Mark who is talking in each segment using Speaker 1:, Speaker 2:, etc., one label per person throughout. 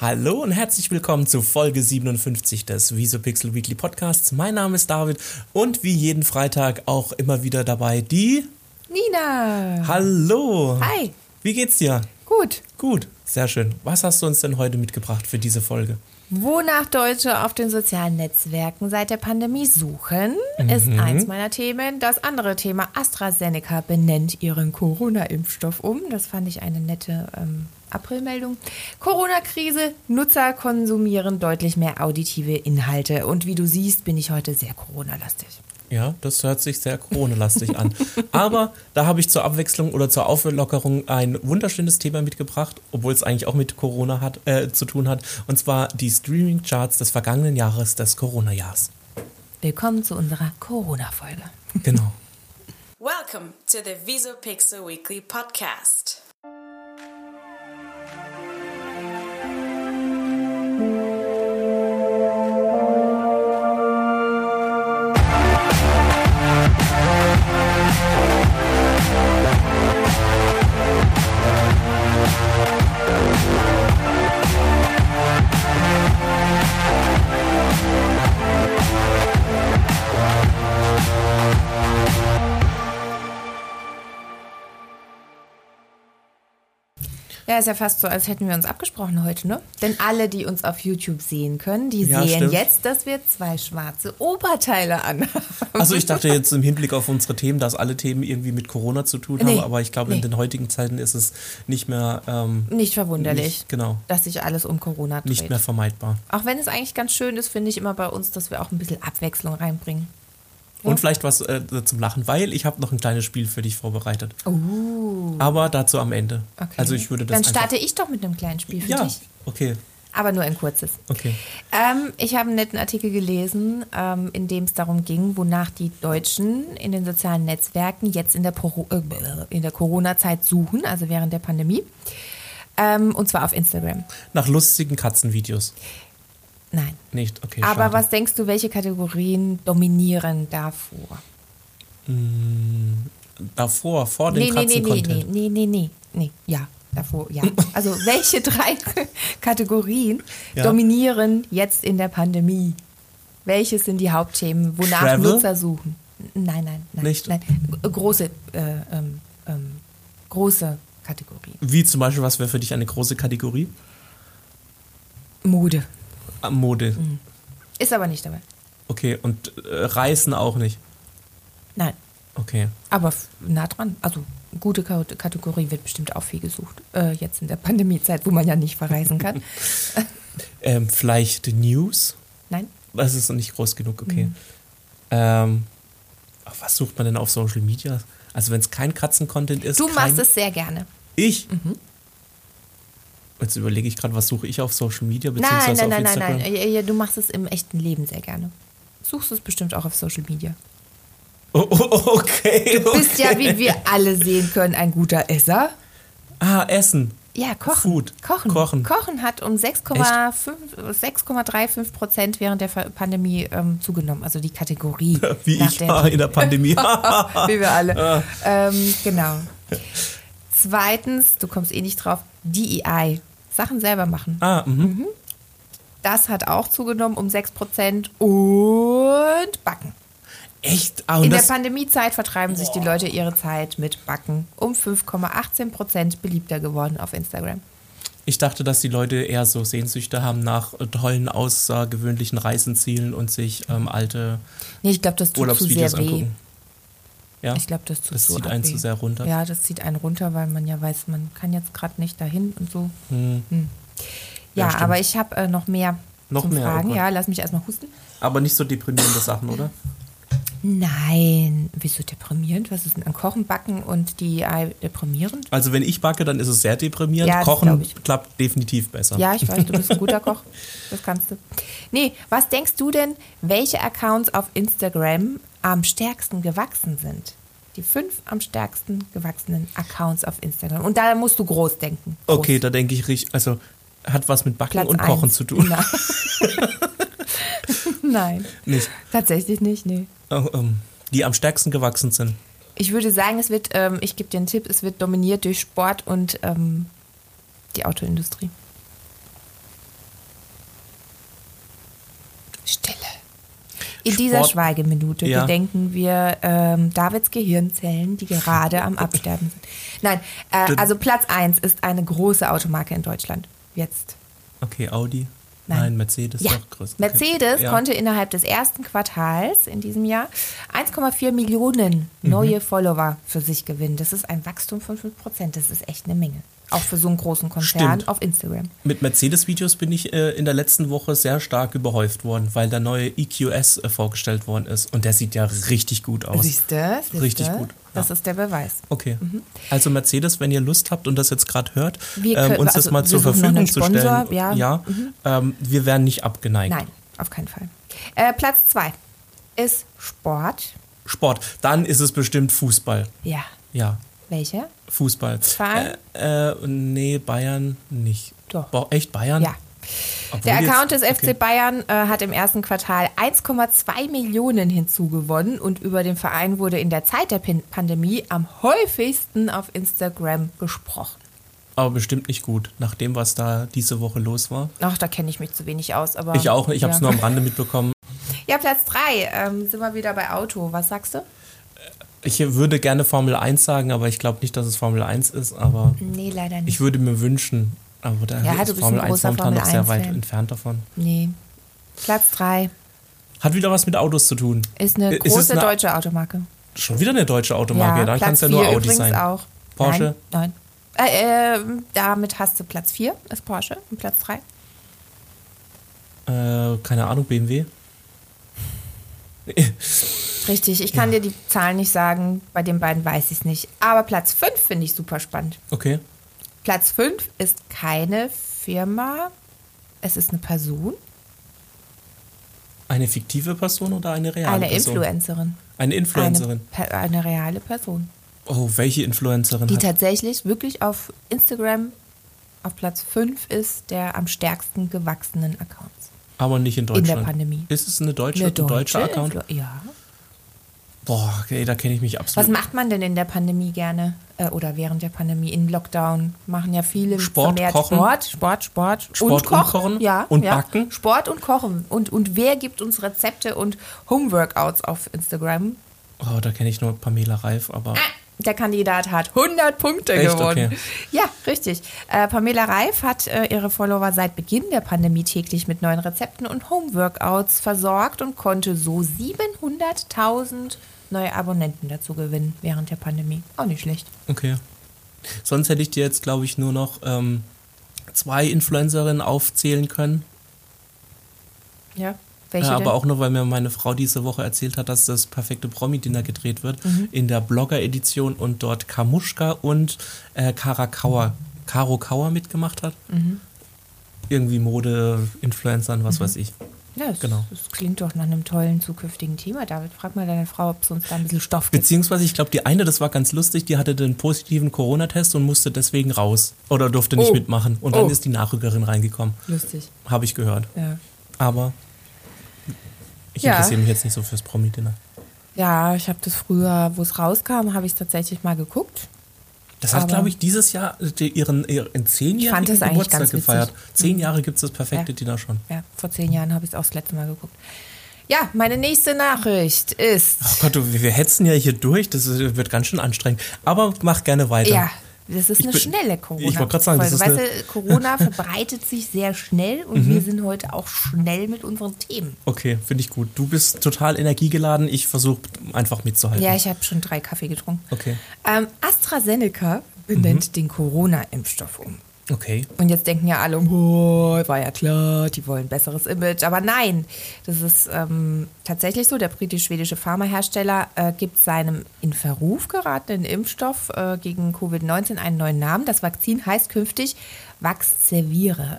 Speaker 1: Hallo und herzlich willkommen zu Folge 57 des Visopixel Weekly Podcasts. Mein Name ist David und wie jeden Freitag auch immer wieder dabei die
Speaker 2: Nina!
Speaker 1: Hallo.
Speaker 2: Hi!
Speaker 1: Wie geht's dir?
Speaker 2: Gut.
Speaker 1: Gut, sehr schön. Was hast du uns denn heute mitgebracht für diese Folge?
Speaker 2: Wonach Deutsche auf den sozialen Netzwerken seit der Pandemie suchen, ist eins meiner Themen. Das andere Thema AstraZeneca benennt ihren Corona-Impfstoff um. Das fand ich eine nette ähm, Aprilmeldung. Corona-Krise, Nutzer konsumieren deutlich mehr auditive Inhalte. Und wie du siehst, bin ich heute sehr Corona-lastig.
Speaker 1: Ja, das hört sich sehr kronelastig an. Aber da habe ich zur Abwechslung oder zur Auflockerung ein wunderschönes Thema mitgebracht, obwohl es eigentlich auch mit Corona hat, äh, zu tun hat. Und zwar die Streaming-Charts des vergangenen Jahres, des Corona-Jahres.
Speaker 2: Willkommen zu unserer Corona-Folge.
Speaker 1: Genau.
Speaker 3: Welcome to the Visopixel Weekly Podcast.
Speaker 2: Ja, ist ja fast so, als hätten wir uns abgesprochen heute, ne? Denn alle, die uns auf YouTube sehen können, die
Speaker 1: Ja,
Speaker 2: sehen
Speaker 1: stimmt.
Speaker 2: jetzt, dass wir zwei schwarze Oberteile anhaben.
Speaker 1: Also ich dachte jetzt im Hinblick auf unsere Themen, dass alle Themen irgendwie mit Corona zu tun haben,
Speaker 2: Nee,
Speaker 1: aber ich glaube, in
Speaker 2: nee.
Speaker 1: den heutigen Zeiten ist es nicht mehr, ähm,
Speaker 2: Nicht verwunderlich,
Speaker 1: Nicht, genau.
Speaker 2: dass sich alles um Corona dreht.
Speaker 1: nicht mehr vermeidbar.
Speaker 2: Auch wenn es eigentlich ganz schön ist, finde ich immer bei uns, dass wir auch ein bisschen Abwechslung reinbringen.
Speaker 1: Und vielleicht was äh, zum Lachen, weil ich habe noch ein kleines Spiel für dich vorbereitet. Aber dazu am Ende.
Speaker 2: Oh. Okay.
Speaker 1: Also ich würde das
Speaker 2: Dann starte ich doch mit einem kleinen Spiel für
Speaker 1: einfach, Ja,
Speaker 2: dich.
Speaker 1: okay,
Speaker 2: Aber nur ein kurzes.
Speaker 1: okay.
Speaker 2: Ähm, ich habe einen netten Artikel gelesen, ähm, in dem es darum ging, wonach die Deutschen in den sozialen Netzwerken jetzt in der, Pro- äh, in der Corona-Zeit suchen, also während der Pandemie. Ähm, und zwar auf Instagram.
Speaker 1: Nach lustigen Katzenvideos.
Speaker 2: Nein.
Speaker 1: Nicht, okay.
Speaker 2: Aber
Speaker 1: schade.
Speaker 2: was denkst du, welche Kategorien dominieren davor?
Speaker 1: Davor, vor dem
Speaker 2: Nee, nee, nee, nee,
Speaker 1: Katzen-Content.
Speaker 2: nee, nee, nee, nee, nee. Ja, davor, ja. Also welche drei Kategorien
Speaker 1: Ja.
Speaker 2: dominieren jetzt in der Pandemie? Welches sind die Hauptthemen, wonach
Speaker 1: Travel?
Speaker 2: Nutzer suchen? N- Nein, nein, nein.
Speaker 1: Nicht?
Speaker 2: Nein. G- Große, äh, ähm, ähm, große Kategorien.
Speaker 1: Wie zum Beispiel, was wäre für dich eine große Kategorie?
Speaker 2: Mode.
Speaker 1: Ah, Mode.
Speaker 2: Mhm. Ist aber nicht dabei.
Speaker 1: Okay, und äh, Reisen auch nicht.
Speaker 2: Nein.
Speaker 1: Okay.
Speaker 2: Aber f- nah dran. Also gute Ka- Kategorie wird bestimmt auch viel gesucht. Äh, jetzt in der Pandemiezeit, wo man ja nicht verreisen kann.
Speaker 1: Ähm, vielleicht News?
Speaker 2: nein.
Speaker 1: Das ist noch nicht groß genug, okay.
Speaker 2: Mhm.
Speaker 1: Ähm, auf was sucht man denn auf Social Media? Also wenn es kein Katzen-Content ist.
Speaker 2: Du
Speaker 1: kein,
Speaker 2: machst es Mhm. sehr gerne.
Speaker 1: Ich? Jetzt überlege ich gerade, was suche ich auf Social Media
Speaker 2: Nein,
Speaker 1: beziehungsweise
Speaker 2: nein, nein,
Speaker 1: auf
Speaker 2: nein,
Speaker 1: Instagram?
Speaker 2: nein. Ja, ja, Du machst es im echten Leben sehr gerne. Suchst es bestimmt auch auf Social Media.
Speaker 1: Oh, oh, oh, okay. Du
Speaker 2: Bist ja, wie wir alle sehen können, ein guter Esser.
Speaker 1: Ah, Essen.
Speaker 2: Ja, kochen.
Speaker 1: Food.
Speaker 2: Kochen.
Speaker 1: Kochen.
Speaker 2: hat um 6,5 6,35 Prozent während der Ver- Pandemie ähm, zugenommen. Also die Kategorie.
Speaker 1: Wie
Speaker 2: nach
Speaker 1: ich war in der Pandemie.
Speaker 2: wie wir alle. ähm, genau. Zweitens, du kommst eh nicht drauf, DEI. Sachen selber machen.
Speaker 1: ah, mhm.
Speaker 2: Das hat auch zugenommen um 6 Prozent. Und Backen.
Speaker 1: Echt? Ah, und
Speaker 2: In der
Speaker 1: das,
Speaker 2: Pandemiezeit vertreiben sich die Leute ihre Zeit mit Backen. Um 5,18 Prozent beliebter geworden auf Instagram.
Speaker 1: ich dachte, dass die Leute eher so Sehnsüchte haben nach äh, tollen, außergewöhnlichen Reisenzielen und sich ähm, alte
Speaker 2: Nee, ich glaube, das tut zu sehr
Speaker 1: Urlaubsvideos
Speaker 2: weh.
Speaker 1: angucken. Ja?
Speaker 2: Ich glaube, das tut
Speaker 1: Das
Speaker 2: zu
Speaker 1: zieht
Speaker 2: arg
Speaker 1: einen
Speaker 2: weh.
Speaker 1: zu sehr runter.
Speaker 2: Ja, das zieht einen runter, weil man ja weiß, man kann jetzt gerade nicht dahin und so. Hm.
Speaker 1: Ja,
Speaker 2: Ja,
Speaker 1: stimmt.
Speaker 2: aber ich habe äh, noch mehr
Speaker 1: Noch
Speaker 2: zum
Speaker 1: mehr, oh
Speaker 2: Fragen.
Speaker 1: Gott.
Speaker 2: ja, lass mich erstmal husten.
Speaker 1: Aber nicht so deprimierende Sachen, oder?
Speaker 2: Nein, wieso deprimierend? Was ist denn an Kochen, Backen und DEI deprimierend?
Speaker 1: Also wenn ich backe, dann ist es sehr deprimierend.
Speaker 2: Ja, das glaub
Speaker 1: Kochen
Speaker 2: ich.
Speaker 1: klappt definitiv besser.
Speaker 2: Ja, ich weiß, du bist ein guter Koch. Das kannst du. Nee, was denkst du denn, welche Accounts auf Instagram am stärksten gewachsen sind? Die fünf am stärksten gewachsenen Accounts auf Instagram. Und da musst du groß denken. Groß.
Speaker 1: Okay, da denke ich richtig, also hat was mit Backen
Speaker 2: Platz
Speaker 1: und Kochen
Speaker 2: eins.
Speaker 1: zu tun.
Speaker 2: Nein. Nein.
Speaker 1: Nicht.
Speaker 2: Tatsächlich nicht, nee.
Speaker 1: Oh, ähm, die am stärksten gewachsen sind.
Speaker 2: Ich würde sagen, es wird, ähm, ich gebe dir einen Tipp, es wird dominiert durch Sport und ähm, die Autoindustrie. Stille. In dieser
Speaker 1: Sport-
Speaker 2: Schweigeminute
Speaker 1: Ja.
Speaker 2: gedenken wir ähm, Davids Gehirnzellen, die gerade am Absterben sind. Nein, äh,
Speaker 1: Dün-
Speaker 2: also Platz 1 ist eine große Automarke in Deutschland. Jetzt.
Speaker 1: Okay, Audi.
Speaker 2: Nein.
Speaker 1: Nein, Mercedes
Speaker 2: Ja,
Speaker 1: doch größtenteils.
Speaker 2: Mercedes
Speaker 1: Ja.
Speaker 2: konnte innerhalb des ersten Quartals in diesem Jahr 1,4 Millionen
Speaker 1: Mhm.
Speaker 2: neue Follower für sich gewinnen. Das ist ein Wachstum von 5 Prozent. Das ist echt eine Menge. Auch für so einen großen Konzern
Speaker 1: Stimmt.
Speaker 2: auf Instagram.
Speaker 1: Mit Mercedes-Videos bin ich äh, in der letzten Woche sehr stark überhäuft worden, weil der neue EQS äh, vorgestellt worden ist und der sieht ja richtig gut aus.
Speaker 2: Siehst du? Siehst
Speaker 1: Richtig
Speaker 2: du?
Speaker 1: gut.
Speaker 2: Das
Speaker 1: Ja.
Speaker 2: ist der Beweis.
Speaker 1: Okay. Also Mercedes, wenn ihr Lust habt und das jetzt gerade hört,
Speaker 2: Wir
Speaker 1: ähm,
Speaker 2: können-
Speaker 1: uns das
Speaker 2: also
Speaker 1: mal
Speaker 2: wir
Speaker 1: zur
Speaker 2: suchen noch
Speaker 1: Verfügung
Speaker 2: einen
Speaker 1: zu
Speaker 2: Sponsor,
Speaker 1: stellen.
Speaker 2: ja. Mhm.
Speaker 1: ähm, wir wären nicht abgeneigt.
Speaker 2: Nein, auf keinen Fall. Äh, Platz 2 ist Sport.
Speaker 1: Sport. Dann ist es bestimmt Fußball.
Speaker 2: Ja.
Speaker 1: Ja,
Speaker 2: Welcher?
Speaker 1: Fußball.
Speaker 2: Verein?
Speaker 1: Äh, äh, nee, Bayern nicht.
Speaker 2: Doch.
Speaker 1: Boah, echt Bayern?
Speaker 2: Ja.
Speaker 1: Obwohl
Speaker 2: Der
Speaker 1: jetzt-
Speaker 2: Account des FC
Speaker 1: okay.
Speaker 2: Bayern äh, hat im ersten Quartal 1,2 Millionen hinzugewonnen und über den Verein wurde in der Zeit der Pin Pandemie am häufigsten auf Instagram gesprochen.
Speaker 1: Aber bestimmt nicht gut, nach dem, was da diese Woche los war.
Speaker 2: Ach, da kenne ich mich zu wenig aus, aber.
Speaker 1: Ich auch, ich habe es
Speaker 2: ja.
Speaker 1: nur am Rande mitbekommen.
Speaker 2: Ja, Platz 3. Ähm, sind wir wieder bei Auto. Was sagst du?
Speaker 1: Ich würde gerne Formel 1 sagen, aber ich glaube nicht, dass es Formel 1 ist, aber
Speaker 2: Nee, leider
Speaker 1: ich würde mir wünschen, aber da
Speaker 2: Mhm. Ja, du
Speaker 1: ist
Speaker 2: bist
Speaker 1: Formel
Speaker 2: ein
Speaker 1: 1
Speaker 2: großer
Speaker 1: momentan noch sehr
Speaker 2: Formel
Speaker 1: weit
Speaker 2: 1 -Fan.
Speaker 1: entfernt davon.
Speaker 2: nee. Platz 3
Speaker 1: Hat wieder was mit Autos zu tun.
Speaker 2: ist eine
Speaker 1: Äh, es
Speaker 2: große
Speaker 1: eine-
Speaker 2: deutsche Automarke.
Speaker 1: Schon wieder eine deutsche Automarke, dann kann es ja nur
Speaker 2: vier
Speaker 1: Audi
Speaker 2: übrigens
Speaker 1: sein.
Speaker 2: auch.
Speaker 1: Porsche?
Speaker 2: Nein. nein. Äh, ähm, damit hast du Platz 4, ist Porsche, und Platz 3.
Speaker 1: Äh, keine Ahnung, BMW.
Speaker 2: Richtig, ich kann dir die Zahlen nicht sagen, bei den beiden weiß ich es nicht. Aber Platz 5 finde ich super spannend.
Speaker 1: Okay.
Speaker 2: Platz 5 ist keine Firma, es ist eine Person,
Speaker 1: Eine fiktive Person oder eine reale
Speaker 2: eine
Speaker 1: Person?
Speaker 2: Influencerin.
Speaker 1: Eine
Speaker 2: Eine,
Speaker 1: Influencerin.
Speaker 2: per- eine reale Person,
Speaker 1: oh, welche Influencerin
Speaker 2: die
Speaker 1: hat
Speaker 2: tatsächlich wirklich auf Instagram auf Platz 5 ist der am stärksten gewachsenen Accounts.
Speaker 1: aber nicht in Deutschland?
Speaker 2: Pandemie.
Speaker 1: Ist es eine deutsche,
Speaker 2: Eine
Speaker 1: ein deutscher
Speaker 2: deutsche
Speaker 1: Account?
Speaker 2: Influ- Ja.
Speaker 1: Boah, okay, da kenne ich mich
Speaker 2: Was
Speaker 1: absolut.
Speaker 2: macht man denn in der Pandemie gerne äh, oder während der Pandemie im Lockdown? Machen ja viele
Speaker 1: Sport,
Speaker 2: vermehrt
Speaker 1: Kochen.
Speaker 2: Sport, Sport, Sport,
Speaker 1: Sport und Kochen
Speaker 2: ja,
Speaker 1: und
Speaker 2: ja.
Speaker 1: Backen.
Speaker 2: Sport und Kochen und und wer gibt uns Rezepte und Homeworkouts auf Instagram?
Speaker 1: oh, da kenne ich nur Pamela Reif, aber
Speaker 2: Ah, Der Kandidat hat 100 Punkte
Speaker 1: Echt?
Speaker 2: gewonnen.
Speaker 1: Okay.
Speaker 2: Ja, richtig. Äh, Pamela Reif hat äh, ihre Follower seit Beginn der Pandemie täglich mit neuen Rezepten und Homeworkouts versorgt und konnte so 700.000 neue Abonnenten dazu gewinnen während der Pandemie. Auch nicht schlecht.
Speaker 1: okay. Sonst hätte ich dir jetzt, glaube ich, nur noch ähm, zwei Influencerinnen aufzählen können.
Speaker 2: Ja.
Speaker 1: Ja,
Speaker 2: Welche
Speaker 1: aber
Speaker 2: denn?
Speaker 1: auch nur, weil mir meine Frau diese Woche erzählt hat, dass das perfekte Promi-Dinner gedreht wird
Speaker 2: Mhm.
Speaker 1: in der Blogger-Edition und dort Kamuschka und äh, Kara Kauer, Karo Kauer mitgemacht hat.
Speaker 2: Mhm.
Speaker 1: Irgendwie Mode, Influencern, was weiß ich.
Speaker 2: Ja, das,
Speaker 1: genau.
Speaker 2: das klingt doch nach einem tollen zukünftigen Thema. David, frag mal deine Frau, ob es uns da ein bisschen Stoff gibt.
Speaker 1: Beziehungsweise, ich glaube, die eine, das war ganz lustig, die hatte den positiven Corona-Test und musste deswegen raus oder durfte nicht
Speaker 2: Oh.
Speaker 1: mitmachen. Und dann
Speaker 2: Oh.
Speaker 1: ist die Nachrückerin reingekommen.
Speaker 2: Lustig.
Speaker 1: Habe ich gehört.
Speaker 2: Ja.
Speaker 1: Aber ich
Speaker 2: Ja.
Speaker 1: interessiere mich jetzt nicht so fürs Promi-Dinner.
Speaker 2: Ja, ich habe das früher, wo es rauskam, habe ich es tatsächlich mal geguckt.
Speaker 1: Das hat,
Speaker 2: Aber-
Speaker 1: glaube ich, dieses Jahr äh, die- ihren, ihren
Speaker 2: fand
Speaker 1: zehnjährigen
Speaker 2: das eigentlich
Speaker 1: Geburtstag
Speaker 2: ganz witzig. Mhm.
Speaker 1: gefeiert. Zehn Jahre gibt es das perfekte Dinner schon.
Speaker 2: Ja, vor zehn Jahren habe ich es auch das letzte Mal geguckt. Ja, meine nächste Nachricht ist.
Speaker 1: Oh Gott, du, wir wir hetzen ja hier durch, das ist- wird ganz schön anstrengend. Aber mach gerne weiter.
Speaker 2: Ja, das ist
Speaker 1: Ich
Speaker 2: eine
Speaker 1: bin-
Speaker 2: schnelle
Speaker 1: ich
Speaker 2: Corona.
Speaker 1: wollte gerade sagen, das
Speaker 2: Folge.
Speaker 1: ist Mhm.
Speaker 2: weißt du, Corona verbreitet sich sehr schnell und wir sind heute auch schnell mit unseren Themen.
Speaker 1: Okay, finde ich gut. Du bist total energiegeladen, ich versuche einfach mitzuhalten.
Speaker 2: Ja, ich habe schon drei Kaffee getrunken.
Speaker 1: Okay. Mhm.
Speaker 2: Ähm, AstraZeneca benennt den Corona-Impfstoff um.
Speaker 1: okay.
Speaker 2: Und jetzt denken ja alle, oh, war ja klar, die wollen besseres Image. Aber nein, das ist ähm, tatsächlich so. Der britisch-schwedische Pharmahersteller äh, gibt seinem in Verruf geratenen Impfstoff äh, gegen Covid-19 einen neuen Namen. Das Vakzin heißt künftig Vaxzevire.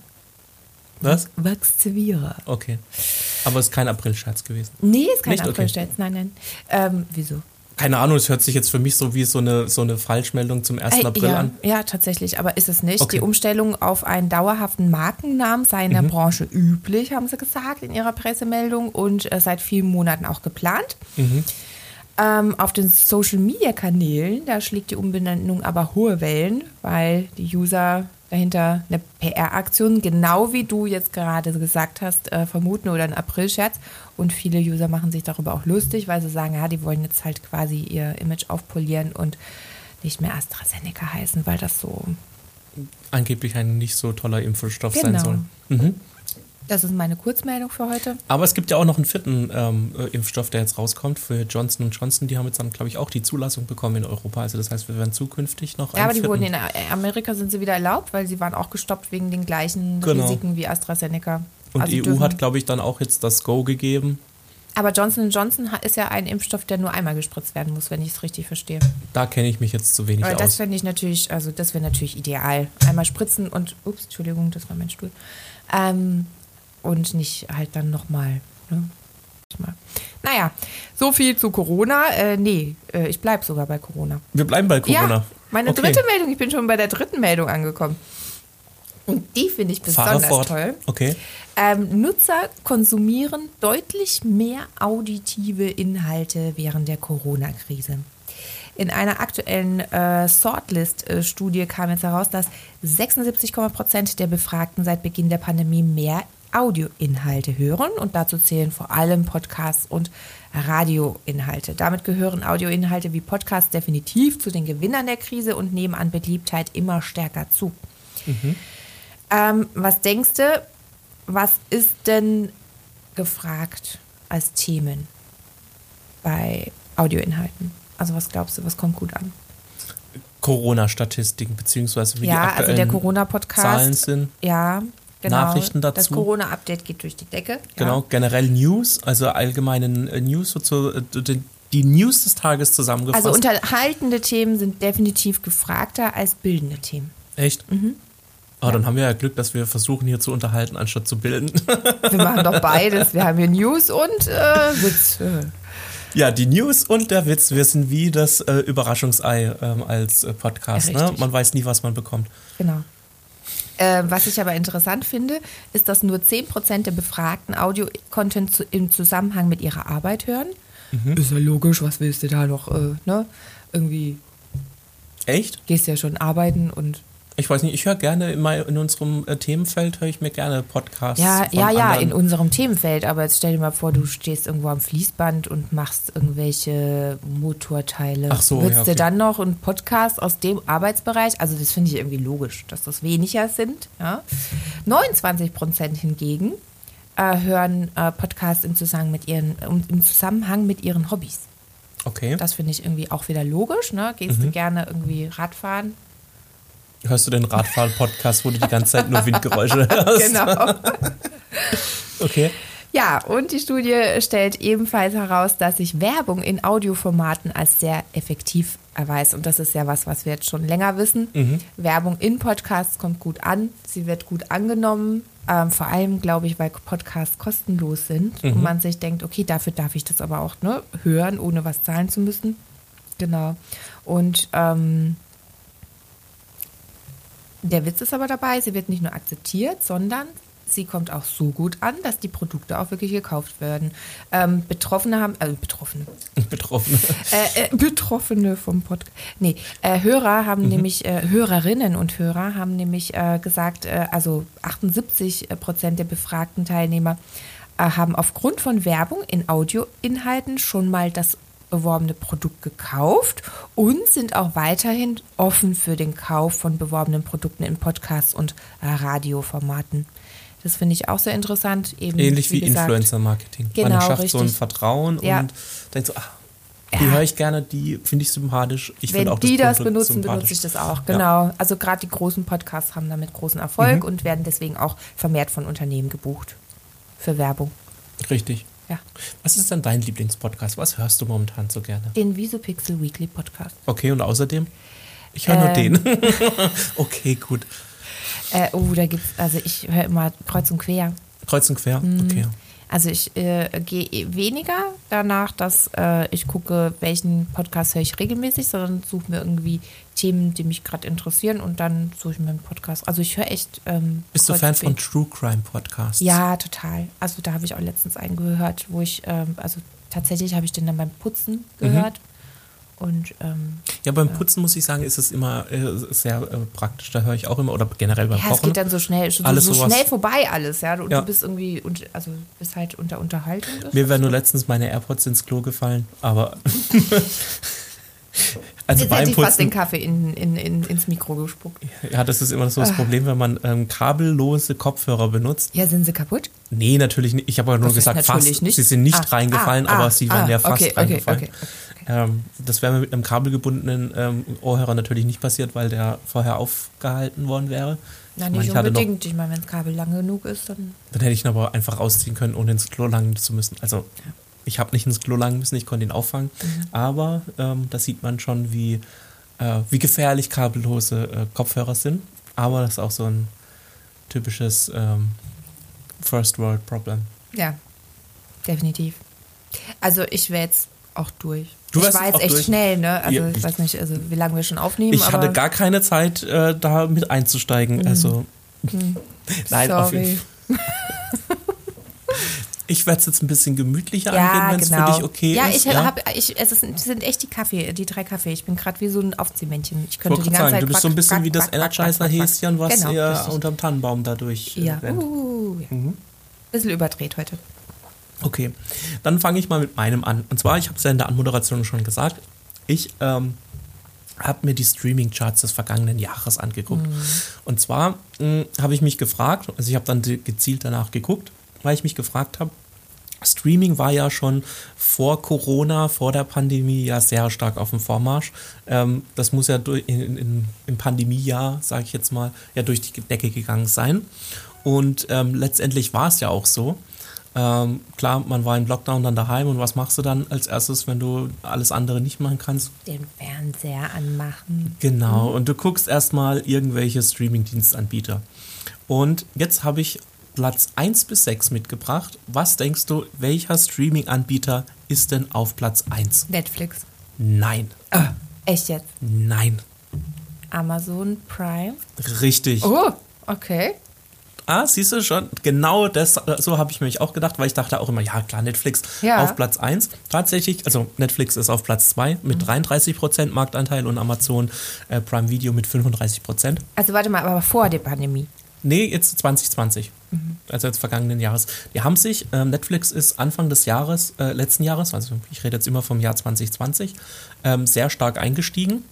Speaker 1: Was?
Speaker 2: Vaxzevire.
Speaker 1: Okay. Aber ist kein April-Scherz gewesen.
Speaker 2: Nee, ist kein
Speaker 1: Nicht? Okay.
Speaker 2: Abgestellt. Nein, nein. Ähm, wieso?
Speaker 1: Keine Ahnung, es hört sich jetzt für mich so wie so eine, so eine Falschmeldung zum 1.
Speaker 2: Äh,
Speaker 1: April
Speaker 2: ja,
Speaker 1: an.
Speaker 2: ja, tatsächlich, aber ist es nicht.
Speaker 1: Okay. Mhm.
Speaker 2: Die Umstellung auf einen dauerhaften Markennamen sei in der Branche üblich, haben sie gesagt in ihrer Pressemeldung und äh, seit vielen Monaten auch geplant. Ähm, auf den Social-Media-Kanälen, da schlägt die Umbenennung aber hohe Wellen, weil die User dahinter eine PR-Aktion, genau wie du jetzt gerade gesagt hast, äh, vermuten oder ein April-Scherz. Und viele User machen sich darüber auch lustig, weil sie sagen, ja, die wollen jetzt halt quasi ihr Image aufpolieren und nicht mehr AstraZeneca heißen, weil das so.
Speaker 1: Angeblich ein nicht so toller Impfstoff sein
Speaker 2: Genau.
Speaker 1: soll. Mhm.
Speaker 2: Das ist meine Kurzmeldung für heute.
Speaker 1: Aber es gibt ja auch noch einen vierten ähm, äh, Impfstoff, der jetzt rauskommt für Johnson Johnson. Die haben jetzt dann, glaube ich, auch die Zulassung bekommen in Europa. Also das heißt, wir werden zukünftig noch
Speaker 2: Ja, aber
Speaker 1: einen
Speaker 2: die
Speaker 1: vierten.
Speaker 2: wurden in Amerika sind sie wieder erlaubt, weil sie waren auch gestoppt wegen den gleichen
Speaker 1: Genau.
Speaker 2: Risiken wie AstraZeneca.
Speaker 1: Und
Speaker 2: Also
Speaker 1: die EU
Speaker 2: dürfen-
Speaker 1: hat, glaube ich, dann auch jetzt das Go gegeben.
Speaker 2: aber Johnson Johnson ha- ist ja ein Impfstoff, der nur einmal gespritzt werden muss, wenn ich es richtig verstehe.
Speaker 1: Da kenne ich mich jetzt zu wenig
Speaker 2: Aber das
Speaker 1: aus.
Speaker 2: fände ich natürlich, also das wäre natürlich ideal. Einmal spritzen und, ups, Entschuldigung, das war mein Stuhl. Ähm, und nicht halt dann nochmal. Ne? Mal. Naja, so viel zu Corona. Äh, nee, äh, ich bleibe sogar bei Corona.
Speaker 1: Wir bleiben bei Corona.
Speaker 2: Ja, meine
Speaker 1: Okay.
Speaker 2: dritte Meldung. Ich bin schon bei der dritten Meldung angekommen. Und die finde ich
Speaker 1: Fahrer
Speaker 2: besonders
Speaker 1: fort.
Speaker 2: toll.
Speaker 1: Okay.
Speaker 2: Ähm, Nutzer konsumieren deutlich mehr auditive Inhalte während der Corona-Krise. In einer aktuellen äh, Sortlist-Studie kam jetzt heraus, dass 76,1 Prozent der Befragten seit Beginn der Pandemie mehr Audioinhalte hören und dazu zählen vor allem Podcasts und Radioinhalte. Damit gehören Audioinhalte wie Podcasts definitiv zu den Gewinnern der Krise und nehmen an Beliebtheit immer stärker zu. Ähm, was denkst du, was ist denn gefragt als Themen bei Audioinhalten? Also was glaubst du, was kommt gut an?
Speaker 1: Corona-Statistiken, beziehungsweise wie die
Speaker 2: ja, also der
Speaker 1: aktuellen Zahlen
Speaker 2: Corona-Podcast.
Speaker 1: sind.
Speaker 2: Ja, genau.
Speaker 1: Nachrichten
Speaker 2: Das
Speaker 1: dazu.
Speaker 2: Corona-Update geht durch die Decke.
Speaker 1: Genau,
Speaker 2: Ja.
Speaker 1: generell News, also allgemeinen äh, News, so zu, äh, die- die News des Tages zusammengefasst.
Speaker 2: Also unterhaltende Themen sind definitiv gefragter als bildende Themen.
Speaker 1: Echt?
Speaker 2: Mhm.
Speaker 1: Aber dann haben wir ja Glück, dass wir versuchen, hier zu unterhalten, anstatt zu bilden.
Speaker 2: Wir machen doch beides. Wir haben hier News und äh, Witz.
Speaker 1: ja, die News und der Witz, wir sind wie das äh, Überraschungsei ähm, als äh, Podcast.
Speaker 2: Ja,
Speaker 1: ne?
Speaker 2: richtig.
Speaker 1: Man weiß nie, was man bekommt.
Speaker 2: Genau. Äh, was ich aber interessant finde, ist, dass nur 10% der Befragten Audio-Content zu, im Zusammenhang mit ihrer Arbeit hören. Ist ja logisch, was willst du da noch? Äh, ne? Irgendwie
Speaker 1: Echt?
Speaker 2: gehst du ja schon arbeiten und.
Speaker 1: Ich weiß nicht, ich höre gerne in, mein, in unserem äh, Themenfeld, höre ich mir gerne Podcasts.
Speaker 2: Ja,
Speaker 1: von
Speaker 2: ja, ja,
Speaker 1: anderen.
Speaker 2: in unserem Themenfeld. Aber jetzt stell dir mal vor, du stehst irgendwo am Fließband und machst irgendwelche Motorteile.
Speaker 1: Ach so,
Speaker 2: Willst
Speaker 1: ja,
Speaker 2: du
Speaker 1: okay.
Speaker 2: dann noch einen Podcast aus dem Arbeitsbereich? Also, das finde ich irgendwie logisch, dass das weniger sind. Ja? 29 Prozent hingegen äh, hören äh, Podcasts im Zusammenhang, mit ihren, um, im Zusammenhang mit ihren Hobbys.
Speaker 1: okay.
Speaker 2: Das finde ich irgendwie auch wieder logisch. Ne? Gehst
Speaker 1: Mhm.
Speaker 2: du gerne irgendwie Radfahren?
Speaker 1: Hörst du den Radfahren-Podcast, wo du die ganze Zeit nur Windgeräusche hörst?
Speaker 2: Genau.
Speaker 1: Okay.
Speaker 2: Ja, und die Studie stellt ebenfalls heraus, dass sich Werbung in Audioformaten als sehr effektiv erweist. Und das ist ja was, was wir jetzt schon länger wissen. Werbung in Podcasts kommt gut an, sie wird gut angenommen. Ähm, vor allem, glaube ich, weil Podcasts kostenlos sind und man sich denkt, okay, dafür darf ich das aber auch ne, hören, ohne was zahlen zu müssen. Genau. Und ähm, der Witz ist aber dabei, sie wird nicht nur akzeptiert, sondern sie kommt auch so gut an, dass die Produkte auch wirklich gekauft werden. Ähm, Betroffene haben, äh, Betroffene,
Speaker 1: Betroffen.
Speaker 2: äh, äh, Betroffene vom Podcast. Nee, äh, Hörer haben
Speaker 1: Mhm.
Speaker 2: nämlich, äh, Hörerinnen und Hörer haben nämlich äh, gesagt, äh, also 78 Prozent der befragten Teilnehmer äh, haben aufgrund von Werbung in Audioinhalten schon mal das beworbene Produkt gekauft und sind auch weiterhin offen für den Kauf von beworbenen Produkten in Podcasts und äh, Radioformaten. Das finde ich auch sehr interessant. Eben,
Speaker 1: Ähnlich wie,
Speaker 2: gesagt.
Speaker 1: Influencer-Marketing.
Speaker 2: Genau,
Speaker 1: Man schafft so ein
Speaker 2: richtig.
Speaker 1: Vertrauen
Speaker 2: Ja.
Speaker 1: und denkt so, ah, die höre ich gerne, die finde ich sympathisch. Ich
Speaker 2: Wenn
Speaker 1: finde auch
Speaker 2: die
Speaker 1: das
Speaker 2: das,
Speaker 1: Produkt
Speaker 2: benutzen,
Speaker 1: sympathisch.
Speaker 2: benutze ich das auch. Genau. Also gerade die großen Podcasts haben damit großen Erfolg
Speaker 1: Mhm.
Speaker 2: und werden deswegen auch vermehrt von Unternehmen gebucht für Werbung.
Speaker 1: Richtig.
Speaker 2: Ja.
Speaker 1: Was ist denn dein Lieblingspodcast? Was hörst du momentan so gerne?
Speaker 2: Den Visopixel Weekly Podcast.
Speaker 1: Okay, und außerdem? Ich höre nur
Speaker 2: Ähm.
Speaker 1: den. okay, gut.
Speaker 2: Äh, oh, da gibt's also ich höre immer kreuz und quer.
Speaker 1: Kreuz und quer? Okay.
Speaker 2: Also ich äh, gehe eh weniger danach, dass äh, ich gucke, welchen Podcast höre ich regelmäßig, sondern suche mir irgendwie Themen, die mich gerade interessieren und dann suche ich mir einen Podcast. Also ich höre echt. Ähm,
Speaker 1: Bist du
Speaker 2: kreuz
Speaker 1: Fan
Speaker 2: und quer.
Speaker 1: von True Crime Podcasts?
Speaker 2: Ja, total. Also da habe ich auch
Speaker 1: Mhm.
Speaker 2: letztens einen gehört, wo ich, ähm, also tatsächlich habe ich den dann beim Putzen gehört. Und ähm,
Speaker 1: Ja, beim Putzen muss ich sagen, ist es immer äh, sehr äh, praktisch. Da höre ich auch immer, oder generell beim
Speaker 2: ja, es
Speaker 1: Kochen.
Speaker 2: geht dann so schnell, so,
Speaker 1: Alles
Speaker 2: so
Speaker 1: sowas.
Speaker 2: schnell vorbei alles, ja. Und
Speaker 1: Ja.
Speaker 2: du bist irgendwie, und, also bist halt unter Unterhaltung.
Speaker 1: Mir wären nur letztens meine AirPods ins Klo gefallen, aber. also
Speaker 2: Jetzt hätte
Speaker 1: beim
Speaker 2: ich fast den
Speaker 1: Putzen.
Speaker 2: Kaffee in, in, in, ins Mikro gespuckt.
Speaker 1: Ja, das ist immer so
Speaker 2: Ah.
Speaker 1: das Problem, wenn man ähm, kabellose Kopfhörer benutzt.
Speaker 2: Ja, sind sie kaputt?
Speaker 1: Nee, natürlich nicht. Ich habe aber nur
Speaker 2: Das heißt
Speaker 1: gesagt,
Speaker 2: natürlich
Speaker 1: fast.
Speaker 2: nicht.
Speaker 1: Sie sind nicht
Speaker 2: Ah,
Speaker 1: reingefallen,
Speaker 2: ah,
Speaker 1: aber
Speaker 2: ah,
Speaker 1: sie wären
Speaker 2: ah,
Speaker 1: ja fast
Speaker 2: okay, okay,
Speaker 1: reingefallen.
Speaker 2: okay,
Speaker 1: Ähm, das wäre mir mit einem kabelgebundenen ähm, Ohrhörer natürlich nicht passiert, weil der vorher aufgehalten worden wäre.
Speaker 2: Na,
Speaker 1: Ich meine,
Speaker 2: nicht
Speaker 1: ich hatte noch,
Speaker 2: unbedingt. ich meine, wenn das Kabel lang genug ist, dann.
Speaker 1: dann hätte ich ihn aber einfach rausziehen können, ohne ins Klo langen zu müssen. Also ich habe nicht ins Klo langen müssen, ich konnte ihn auffangen.
Speaker 2: Mhm.
Speaker 1: Aber ähm, das sieht man schon, wie, äh, wie gefährlich kabellose äh, Kopfhörer sind. Aber das ist auch so ein typisches ähm, First World Problem.
Speaker 2: Ja, definitiv. Also ich wäre jetzt auch durch.
Speaker 1: Du
Speaker 2: ich
Speaker 1: wärst jetzt
Speaker 2: war jetzt
Speaker 1: auch
Speaker 2: echt
Speaker 1: durch?
Speaker 2: schnell, ne? Also
Speaker 1: Ja,
Speaker 2: ich
Speaker 1: ich-
Speaker 2: weiß nicht, also wie lange wir schon aufnehmen,
Speaker 1: Ich
Speaker 2: aber Mhm.
Speaker 1: hatte gar keine Zeit, äh, da mit einzusteigen. Also, nein, auf jeden
Speaker 2: sorry.
Speaker 1: Fall. Ich werde es jetzt ein bisschen gemütlicher
Speaker 2: Ja,
Speaker 1: angehen, wenn es
Speaker 2: genau.
Speaker 1: für dich okay
Speaker 2: ja,
Speaker 1: ist.
Speaker 2: ich Hab, ich, es ist, es sind echt die Kaffee, die drei Kaffee. Ich bin gerade wie so ein Aufziehmännchen. Ich
Speaker 1: Ich
Speaker 2: könnte
Speaker 1: wollte
Speaker 2: die
Speaker 1: gerade
Speaker 2: ganze
Speaker 1: sagen,
Speaker 2: Zeit
Speaker 1: du bist so ein bisschen wie das Energizer-Häschen, was
Speaker 2: genau,
Speaker 1: ihr Mhm.
Speaker 2: richtig.
Speaker 1: unterm Tannenbaum dadurch äh,
Speaker 2: Ja,
Speaker 1: rennt.
Speaker 2: uh, ja. bisschen überdreht heute.
Speaker 1: Okay, dann fange ich mal mit meinem an. Und zwar, ich habe es ja in der Anmoderation schon gesagt, ich ähm, habe mir die Streaming-Charts des vergangenen Jahres angeguckt. Und zwar mh, habe ich mich gefragt, also ich habe dann de- gezielt danach geguckt, weil ich mich gefragt habe, Streaming war ja schon vor Corona, vor der Pandemie ja sehr stark auf dem Vormarsch. Ähm, das muss ja durch, in, in, im Pandemiejahr, sage ich jetzt mal, ja durch die Decke gegangen sein. Und ähm, letztendlich war es ja auch so. Ähm, klar, man war im Lockdown dann daheim und was machst du dann als erstes, wenn du alles andere nicht machen kannst?
Speaker 2: Den Fernseher anmachen.
Speaker 1: Genau, und du guckst erstmal irgendwelche Streaming-Dienstanbieter. Und jetzt habe ich Platz 1 bis 6 mitgebracht. Was denkst du, welcher Streaming-Anbieter ist denn auf Platz 1?
Speaker 2: Netflix.
Speaker 1: Nein,
Speaker 2: Echt jetzt?
Speaker 1: nein,
Speaker 2: Amazon Prime.
Speaker 1: richtig.
Speaker 2: Oh, okay.
Speaker 1: Ah, siehst du schon, genau das, so habe ich mich auch gedacht, weil ich dachte auch immer, ja klar, Netflix
Speaker 2: Ja.
Speaker 1: auf Platz 1. Tatsächlich, also Netflix ist auf Platz 2 mit 33% Marktanteil und Amazon äh, Prime Video mit 35%.
Speaker 2: Also warte mal, aber vor der Pandemie.
Speaker 1: Nee, jetzt 2020. Also jetzt vergangenen Jahres. Die haben sich, ähm, Netflix ist Anfang des Jahres, äh, letzten Jahres, also ich rede jetzt immer vom Jahr 2020, ähm, sehr stark eingestiegen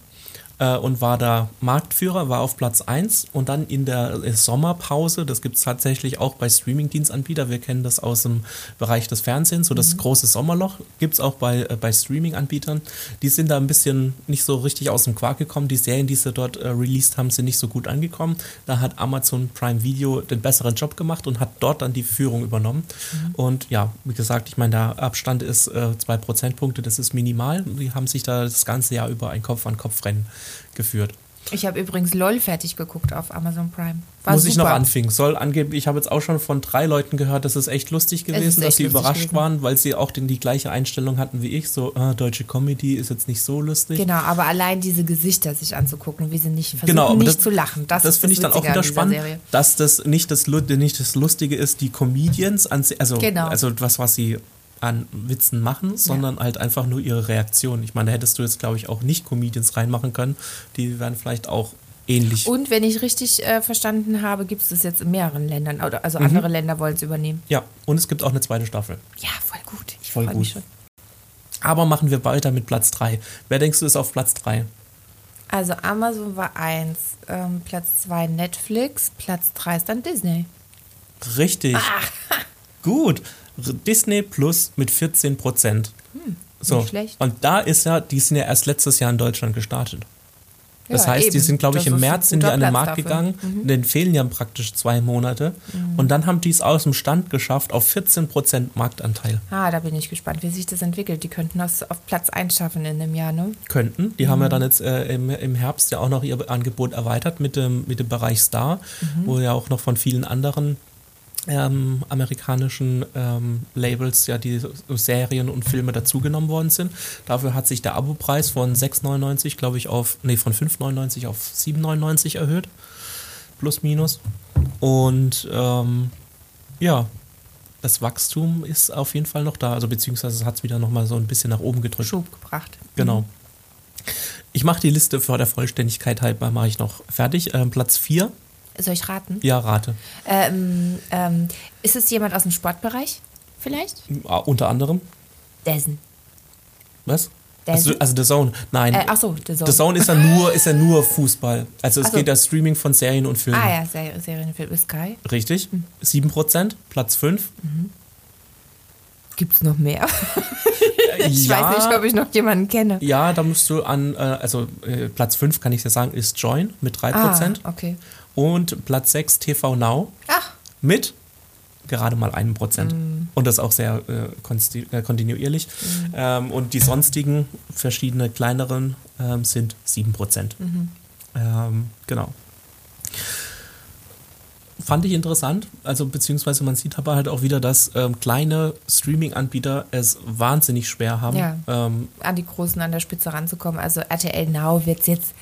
Speaker 1: äh, und war da Marktführer, war auf Platz 1 und dann in der äh, Sommerpause, das gibt es tatsächlich auch bei Streaming-Dienstanbietern, wir kennen das aus dem Bereich des Fernsehens, so das große Sommerloch gibt es auch bei, äh, bei Streaming-Anbietern. Die sind da ein bisschen nicht so richtig aus dem Quark gekommen, die Serien, die sie dort äh, released haben, sind nicht so gut angekommen. Da hat Amazon Prime Video den besseren Job gemacht und hat dort dann die Führung übernommen.
Speaker 2: Mhm.
Speaker 1: Und ja, wie gesagt, ich meine, der Abstand ist äh, zwei Prozentpunkte, das ist minimal. Die haben sich da das ganze Jahr über ein Kopf-an-Kopf-Rennen geführt.
Speaker 2: Ich habe übrigens LOL fertig geguckt auf Amazon Prime. War
Speaker 1: Muss
Speaker 2: super.
Speaker 1: ich noch anfangen. Soll angeblich, ich habe jetzt auch schon von drei Leuten gehört, das ist echt lustig
Speaker 2: ist
Speaker 1: gewesen,
Speaker 2: echt
Speaker 1: dass sie
Speaker 2: lustig
Speaker 1: überrascht
Speaker 2: gewesen.
Speaker 1: waren, weil sie auch den, die gleiche Einstellung hatten wie ich. So, äh, deutsche Comedy ist jetzt nicht so lustig.
Speaker 2: Genau, aber allein diese Gesichter sich anzugucken, wie sie nicht versuchen,
Speaker 1: Genau, aber
Speaker 2: Also nicht
Speaker 1: das-
Speaker 2: zu lachen. Das,
Speaker 1: das
Speaker 2: ist
Speaker 1: finde ich dann auch
Speaker 2: Witzige an
Speaker 1: wieder
Speaker 2: dieser
Speaker 1: spannend,
Speaker 2: Serie.
Speaker 1: dass das nicht das, Lu- nicht das Lustige ist, die Comedians, an, si- also,
Speaker 2: Genau.
Speaker 1: also das, was sie an Witzen machen, sondern halt einfach nur ihre Reaktion. Ich meine, da hättest du jetzt, glaube ich, auch nicht Comedians reinmachen können. Die wären vielleicht auch ähnlich.
Speaker 2: Und wenn ich richtig äh, verstanden habe, gibt es das jetzt in mehreren Ländern. Oder, also
Speaker 1: Mhm.
Speaker 2: andere Länder wollen es übernehmen.
Speaker 1: ja, und es gibt auch eine zweite Staffel.
Speaker 2: Ja, voll gut. Ich
Speaker 1: Voll
Speaker 2: freue
Speaker 1: gut.
Speaker 2: mich schon.
Speaker 1: Aber machen wir weiter mit Platz 3. Wer denkst du ist auf Platz 3?
Speaker 2: Also Amazon war eins, ähm, Platz zwei Netflix, Platz drei ist dann Disney.
Speaker 1: Richtig.
Speaker 2: Ah.
Speaker 1: Gut. R- Disney Plus mit 14 Prozent. so.
Speaker 2: Hm, nicht schlecht.
Speaker 1: Und da ist ja, die sind ja erst letztes Jahr in Deutschland gestartet. Das heißt, die
Speaker 2: eben.
Speaker 1: sind, glaube ich,
Speaker 2: Das
Speaker 1: im
Speaker 2: ist ein
Speaker 1: März sind die
Speaker 2: guter
Speaker 1: an den
Speaker 2: Platz
Speaker 1: Markt
Speaker 2: dafür. Mhm.
Speaker 1: gegangen. Denen fehlen ja praktisch zwei Monate. Und dann haben die es aus dem Stand geschafft auf 14% Marktanteil.
Speaker 2: Ah, da bin ich gespannt, wie sich das entwickelt. Die könnten das auf Platz eins schaffen in dem Jahr, ne?
Speaker 1: Könnten. Die haben ja dann jetzt äh, im, im Herbst ja auch noch ihr Angebot erweitert mit dem, mit dem Bereich Star, wo ja auch noch von vielen anderen ähm, amerikanischen ähm, Labels ja die Serien und Filme dazugenommen worden sind. Dafür hat sich der Abopreis von 6,99 glaube ich auf, nee, von 5,99 auf 7,99 erhöht. Plus, minus. Und ähm, ja, das Wachstum ist auf jeden Fall noch da. Also beziehungsweise hat es wieder nochmal so ein bisschen nach oben gedrückt.
Speaker 2: Schub gebracht.
Speaker 1: Genau. Ich mache die Liste vor der Vollständigkeit halber, mache ich noch fertig. Ähm, Platz 4,
Speaker 2: Soll ich raten?
Speaker 1: ja, Rate.
Speaker 2: Ähm, ähm, ist es jemand aus dem Sportbereich? Vielleicht?
Speaker 1: Ah, unter anderem.
Speaker 2: Dessen.
Speaker 1: Was?
Speaker 2: Der
Speaker 1: also,
Speaker 2: Zone?
Speaker 1: also The Zone. Nein.
Speaker 2: Äh, ach so, The Zone.
Speaker 1: The Zone ist ja nur, ist ja nur Fußball. Also es
Speaker 2: Ach so.
Speaker 1: geht das Streaming von Serien und Filmen.
Speaker 2: Ah Hm. ja, Ser Serienfilm ist Sky.
Speaker 1: Richtig. 7%, Platz 5.
Speaker 2: Gibt es noch mehr? ich
Speaker 1: ja.
Speaker 2: weiß nicht, ob ich noch jemanden kenne.
Speaker 1: Ja, da musst du an, äh, also äh, Platz 5 kann ich ja sagen, ist Join mit 3%.
Speaker 2: Ah, okay.
Speaker 1: Und Platz 6 TV Now
Speaker 2: Ach, Mhm.
Speaker 1: mit gerade mal einem Prozent. Und das auch sehr äh, konsti- äh, kontinuierlich. Ähm, und die sonstigen, verschiedene kleineren, ähm, sind 7 Prozent.
Speaker 2: Mhm.
Speaker 1: Ähm, genau. Fand ich interessant, also beziehungsweise man sieht aber halt auch wieder, dass ähm, kleine Streaming-Anbieter es wahnsinnig schwer haben,
Speaker 2: Ja.
Speaker 1: ähm,
Speaker 2: an die Großen an der Spitze ranzukommen. Also RTL Now wird jetzt,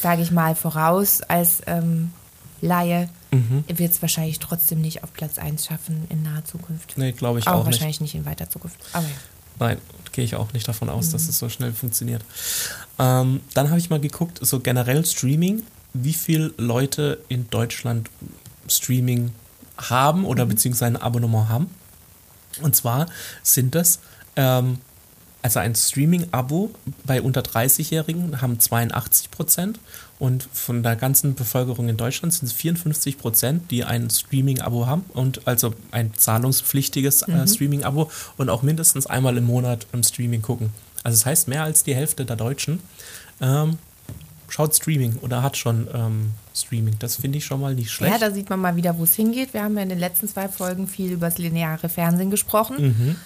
Speaker 2: sage ich mal, voraus als ähm, Laie.
Speaker 1: Mhm.
Speaker 2: Wird es wahrscheinlich trotzdem nicht auf Platz 1 schaffen in naher Zukunft.
Speaker 1: Nee, glaube ich
Speaker 2: Aber
Speaker 1: auch nicht.
Speaker 2: wahrscheinlich nicht. in weiter Zukunft. Aber ja.
Speaker 1: Nein, gehe ich auch nicht davon aus, dass es so schnell funktioniert. Ähm, dann habe ich mal geguckt, so generell Streaming, wie viele Leute in Deutschland Streaming haben oder beziehungsweise ein Abonnement haben. Und zwar sind das, ähm, also ein Streaming-Abo bei unter 30-Jährigen haben 82 Prozent und von der ganzen Bevölkerung in Deutschland sind es 54 Prozent, die ein Streaming-Abo haben und also ein zahlungspflichtiges äh, Streaming-Abo und auch mindestens einmal im Monat im Streaming gucken. Also das heißt, mehr als die Hälfte der Deutschen ähm, schaut Streaming oder hat schon ähm, Streaming. Das finde ich schon mal nicht schlecht.
Speaker 2: ja, da sieht man mal wieder, wo es hingeht. Wir haben ja in den letzten zwei Folgen viel über das lineare Fernsehen gesprochen.
Speaker 1: Mhm.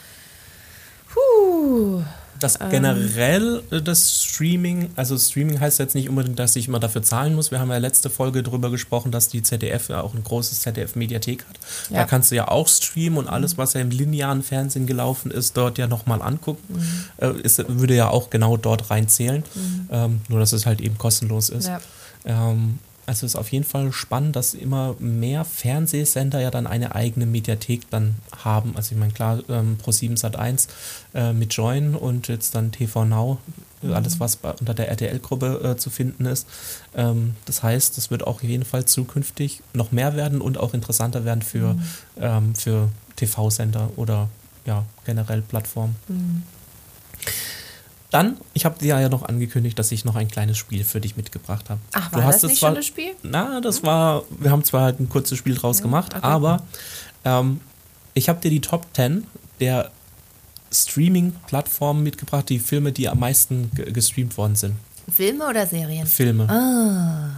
Speaker 2: Puh.
Speaker 1: dass generell äh, das Streaming, also Streaming heißt jetzt nicht unbedingt, dass ich immer dafür zahlen muss. Wir haben ja letzte Folge drüber gesprochen, dass die ZDF ja auch ein großes ZDF-Mediathek hat. Da
Speaker 2: Ja.
Speaker 1: kannst du ja auch streamen und alles, was ja im linearen Fernsehen gelaufen ist, dort ja nochmal angucken. Äh, ist, würde ja auch genau dort reinzählen. Ähm, nur, dass es halt eben kostenlos ist.
Speaker 2: Ja.
Speaker 1: Ähm, also ist auf jeden Fall spannend, dass immer mehr Fernsehsender ja dann eine eigene Mediathek dann haben. Also ich meine, klar, ähm, Pro7 Sat1 äh, mit Join und jetzt dann TV Now, äh, alles was bei, unter der RTL-Gruppe äh, zu finden ist. Ähm, das heißt, es wird auch auf jeden Fall zukünftig noch mehr werden und auch interessanter werden für, ähm, für TV-Sender oder ja, generell Plattformen. Dann, ich habe dir ja noch angekündigt, dass ich noch ein kleines Spiel für dich mitgebracht habe.
Speaker 2: Ach,
Speaker 1: Du
Speaker 2: war
Speaker 1: hast
Speaker 2: das
Speaker 1: es
Speaker 2: nicht
Speaker 1: zwar-
Speaker 2: schon das Spiel? Hm?
Speaker 1: Na, das war, wir haben zwar halt ein kurzes Spiel draus gemacht,
Speaker 2: okay.
Speaker 1: aber ähm, ich habe dir die Top 10 der Streaming-Plattformen mitgebracht, die Filme, die am meisten ge- gestreamt worden sind.
Speaker 2: Filme oder Serien?
Speaker 1: Filme.
Speaker 2: Ah.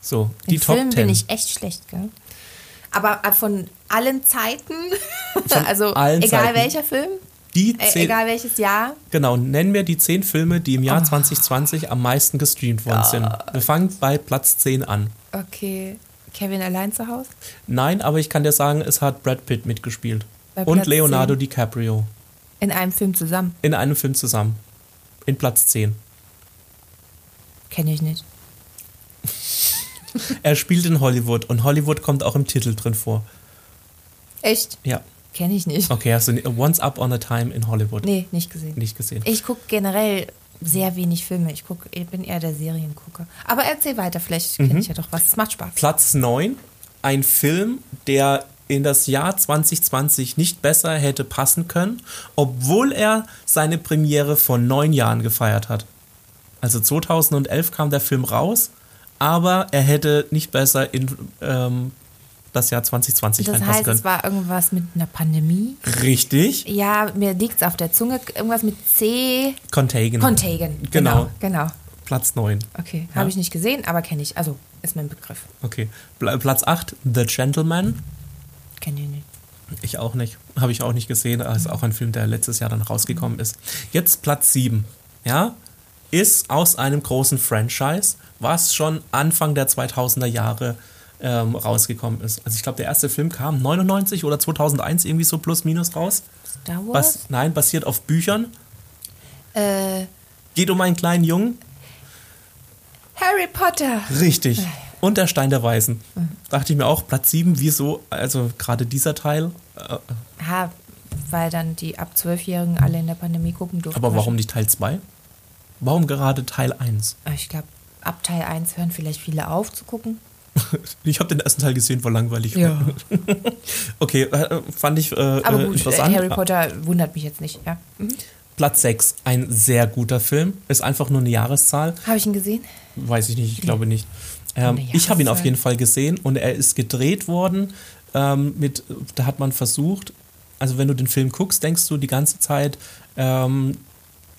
Speaker 1: So, die
Speaker 2: In
Speaker 1: Top
Speaker 2: Filmen
Speaker 1: 10.
Speaker 2: bin ich echt schlecht, gell? Aber äh, von allen Zeiten, also
Speaker 1: allen
Speaker 2: egal
Speaker 1: Zeiten.
Speaker 2: welcher Film,
Speaker 1: die
Speaker 2: äh,
Speaker 1: zehn,
Speaker 2: egal Ah. welches Jahr,
Speaker 1: Genau, nenn mir die 10 Filme, die im Jahr 2020 am meisten gestreamt worden sind. Wir fangen bei Platz 10 an.
Speaker 2: okay, Kevin allein zu Hause.
Speaker 1: Nein, aber ich kann dir sagen, es hat Brad Pitt mitgespielt.
Speaker 2: Bei
Speaker 1: Und
Speaker 2: Platz
Speaker 1: Leonardo
Speaker 2: 10.
Speaker 1: DiCaprio.
Speaker 2: In einem Film zusammen.
Speaker 1: In einem Film zusammen. In Platz 10.
Speaker 2: Kenne ich nicht.
Speaker 1: Er spielt in Hollywood und Hollywood kommt auch im Titel drin vor.
Speaker 2: Echt?
Speaker 1: Ja.
Speaker 2: Kenne ich nicht.
Speaker 1: Okay, hast du ni- Once Up on a Time in Hollywood
Speaker 2: Nee, nicht gesehen.
Speaker 1: Oh. nicht gesehen?
Speaker 2: Ich gucke generell sehr wenig Filme. Ich, guck, ich bin eher der Seriengucker. Aber erzähl weiter, vielleicht
Speaker 1: Mhm.
Speaker 2: kenne ich ja doch was. Es macht Spaß.
Speaker 1: Platz 9. Ein Film, der in das Jahr 2020 nicht besser hätte passen können, obwohl er seine Premiere vor neun Jahren gefeiert hat. Also 2011 kam der Film raus, aber er hätte nicht besser in ähm, das Jahr 2020
Speaker 2: Das
Speaker 1: reinpassen
Speaker 2: heißt, es
Speaker 1: können.
Speaker 2: war irgendwas mit einer Pandemie.
Speaker 1: Richtig.
Speaker 2: Ja, mir liegt's auf der Zunge. Irgendwas mit C.
Speaker 1: Contagion.
Speaker 2: Contagion.
Speaker 1: Genau.
Speaker 2: Genau.
Speaker 1: Platz 9.
Speaker 2: Okay.
Speaker 1: Ja.
Speaker 2: Habe ich nicht gesehen, aber kenne ich. Also ist mein Begriff.
Speaker 1: Okay. Pla- Platz 8, The Gentleman.
Speaker 2: Kenne ich nicht.
Speaker 1: Ich auch nicht. Habe ich auch nicht gesehen. Das ist auch ein Film, der letztes Jahr dann rausgekommen ist. Jetzt Platz 7. Ja. Ist aus einem großen Franchise, was schon Anfang der 2000er Jahre ähm, rausgekommen ist. Also ich glaube, der erste Film kam 99 oder 2001 irgendwie so plus minus raus.
Speaker 2: Star Wars?
Speaker 1: Was? Nein, basiert auf Büchern.
Speaker 2: Äh,
Speaker 1: Geht um einen kleinen Jungen.
Speaker 2: Harry Potter.
Speaker 1: Richtig. Und der Stein der Weisen.
Speaker 2: Mhm.
Speaker 1: Dachte ich mir auch, Platz 7, wieso? Also gerade dieser Teil. Äh,
Speaker 2: Ha, weil dann die ab 12-Jährigen alle in der Pandemie gucken durften.
Speaker 1: aber warum nicht Teil 2? Warum gerade Teil 1?
Speaker 2: Äh, Ich glaube, ab Teil 1 hören vielleicht viele auf zu gucken.
Speaker 1: Ich habe den ersten Teil gesehen, war langweilig. war.
Speaker 2: Ja.
Speaker 1: Okay, äh, fand ich äh,
Speaker 2: Aber
Speaker 1: äh,
Speaker 2: gut, äh,
Speaker 1: interessant.
Speaker 2: Harry Potter wundert mich jetzt nicht. Ja. Mhm.
Speaker 1: Platz 6, ein sehr guter Film. Ist einfach nur eine Jahreszahl.
Speaker 2: Habe ich ihn gesehen?
Speaker 1: Weiß ich nicht, ich glaube nicht. Ähm,
Speaker 2: Eine
Speaker 1: ich habe ihn auf
Speaker 2: Jahreszahl.
Speaker 1: jeden Fall gesehen und er ist gedreht worden. Ähm, mit, da hat man versucht, also wenn du den Film guckst, denkst du die ganze Zeit, ähm,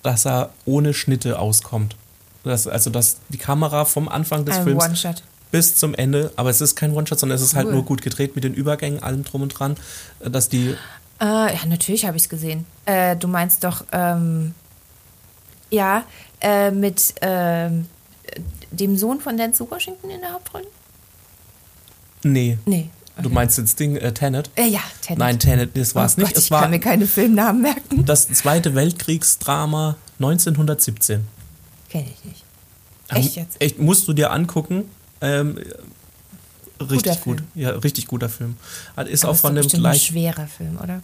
Speaker 1: dass er ohne Schnitte auskommt. Das, also, dass die Kamera vom Anfang des
Speaker 2: Ein
Speaker 1: Films
Speaker 2: One-Shot.
Speaker 1: bis zum Ende, aber es ist kein One-Shot, sondern es ist halt
Speaker 2: Cool.
Speaker 1: nur gut gedreht mit den Übergängen, allem drum und dran, dass die
Speaker 2: Äh, ja, natürlich habe ich es gesehen. Äh, du meinst doch, ähm, ja, äh, mit ähm, dem Sohn von Denzel Washington in der Hauptrolle?
Speaker 1: Nee.
Speaker 2: Nee.
Speaker 1: Du meinst jetzt Ding, äh, Tenet?
Speaker 2: Äh, ja, Tenet.
Speaker 1: Nein, Tenet, das war es
Speaker 2: Oh
Speaker 1: nicht.
Speaker 2: Gott,
Speaker 1: es
Speaker 2: ich
Speaker 1: war
Speaker 2: kann mir keine Filmnamen merken.
Speaker 1: das Zweite Weltkriegsdrama 1917.
Speaker 2: Kenne ich nicht.
Speaker 1: Ähm,
Speaker 2: Echt jetzt?
Speaker 1: Echt, musst du dir angucken. Ähm, richtig
Speaker 2: Film.
Speaker 1: gut. Ja, richtig guter Film. Also Ist auch
Speaker 2: Das
Speaker 1: von
Speaker 2: ist
Speaker 1: dem
Speaker 2: doch bestimmt ein
Speaker 1: gleichen,
Speaker 2: schwerer Film, oder?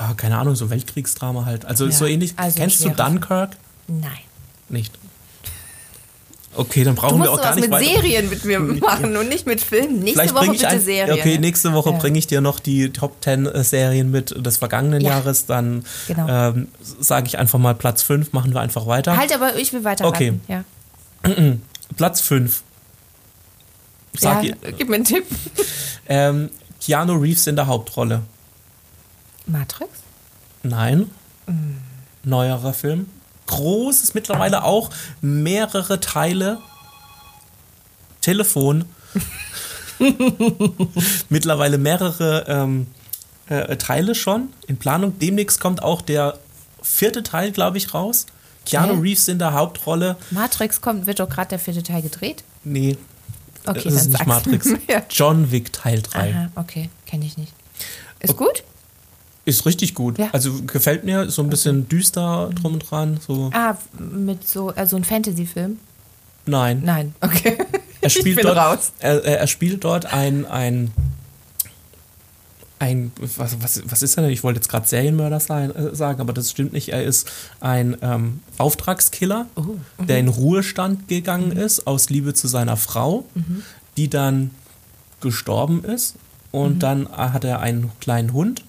Speaker 1: ja, keine Ahnung, so Weltkriegsdrama halt. Also
Speaker 2: Ja,
Speaker 1: so ähnlich.
Speaker 2: also
Speaker 1: Kennst du
Speaker 2: schwerer Film.
Speaker 1: Dunkirk?
Speaker 2: Nein.
Speaker 1: Nicht. Okay, dann
Speaker 2: Du
Speaker 1: brauchen
Speaker 2: musst
Speaker 1: wir auch gar
Speaker 2: sowas
Speaker 1: nicht
Speaker 2: mit
Speaker 1: weiter.
Speaker 2: Serien mit mir machen und nicht mit Filmen. Nächste
Speaker 1: Vielleicht
Speaker 2: Woche
Speaker 1: bringe ich
Speaker 2: bitte
Speaker 1: ein,
Speaker 2: Serien.
Speaker 1: Okay, nächste Woche
Speaker 2: Ja.
Speaker 1: bringe ich dir noch die Top 10 äh, Serien mit des vergangenen
Speaker 2: Ja.
Speaker 1: Jahres. Dann
Speaker 2: Genau.
Speaker 1: ähm, sage ich einfach mal Platz 5, machen wir einfach weiter.
Speaker 2: Halt, aber ich will weiter
Speaker 1: Okay.
Speaker 2: raten. Ja.
Speaker 1: Platz 5. Sag
Speaker 2: ja,
Speaker 1: ihr-
Speaker 2: gib mir einen Tipp.
Speaker 1: ähm, Keanu Reeves in der Hauptrolle.
Speaker 2: Matrix?
Speaker 1: Nein.
Speaker 2: Mm.
Speaker 1: Neuerer Film. Groß ist mittlerweile auch mehrere Teile. Telefon. mittlerweile mehrere ähm, äh, Teile schon in Planung. Demnächst kommt auch der vierte Teil, glaube ich, raus. Keanu
Speaker 2: Hä?
Speaker 1: Reeves in der Hauptrolle.
Speaker 2: Matrix kommt, wird doch gerade der vierte Teil gedreht.
Speaker 1: Nee,
Speaker 2: Okay,
Speaker 1: das ist nicht
Speaker 2: dann sag's.
Speaker 1: Matrix.
Speaker 2: ja.
Speaker 1: John Wick Teil 3.
Speaker 2: Aha, okay, kenne ich nicht. Ist gut?
Speaker 1: Ist richtig gut.
Speaker 2: Ja.
Speaker 1: Also gefällt mir, so ein bisschen düster drum und dran. So.
Speaker 2: Ah, mit so also ein Fantasy-Film?
Speaker 1: Nein.
Speaker 2: Nein, okay.
Speaker 1: Er spielt
Speaker 2: ich bin
Speaker 1: dort,
Speaker 2: raus.
Speaker 1: Er, er er spielt dort ein, ein, ein was, was, was ist er denn? Ich wollte jetzt gerade Serienmörder sein, äh, sagen, aber das stimmt nicht. Er ist ein ähm, Auftragskiller,
Speaker 2: Oh, mhm.
Speaker 1: der in Ruhestand gegangen ist, aus Liebe zu seiner Frau,
Speaker 2: Mhm.
Speaker 1: die dann gestorben ist.
Speaker 2: Mhm.
Speaker 1: Und dann äh, hat er einen kleinen Hund,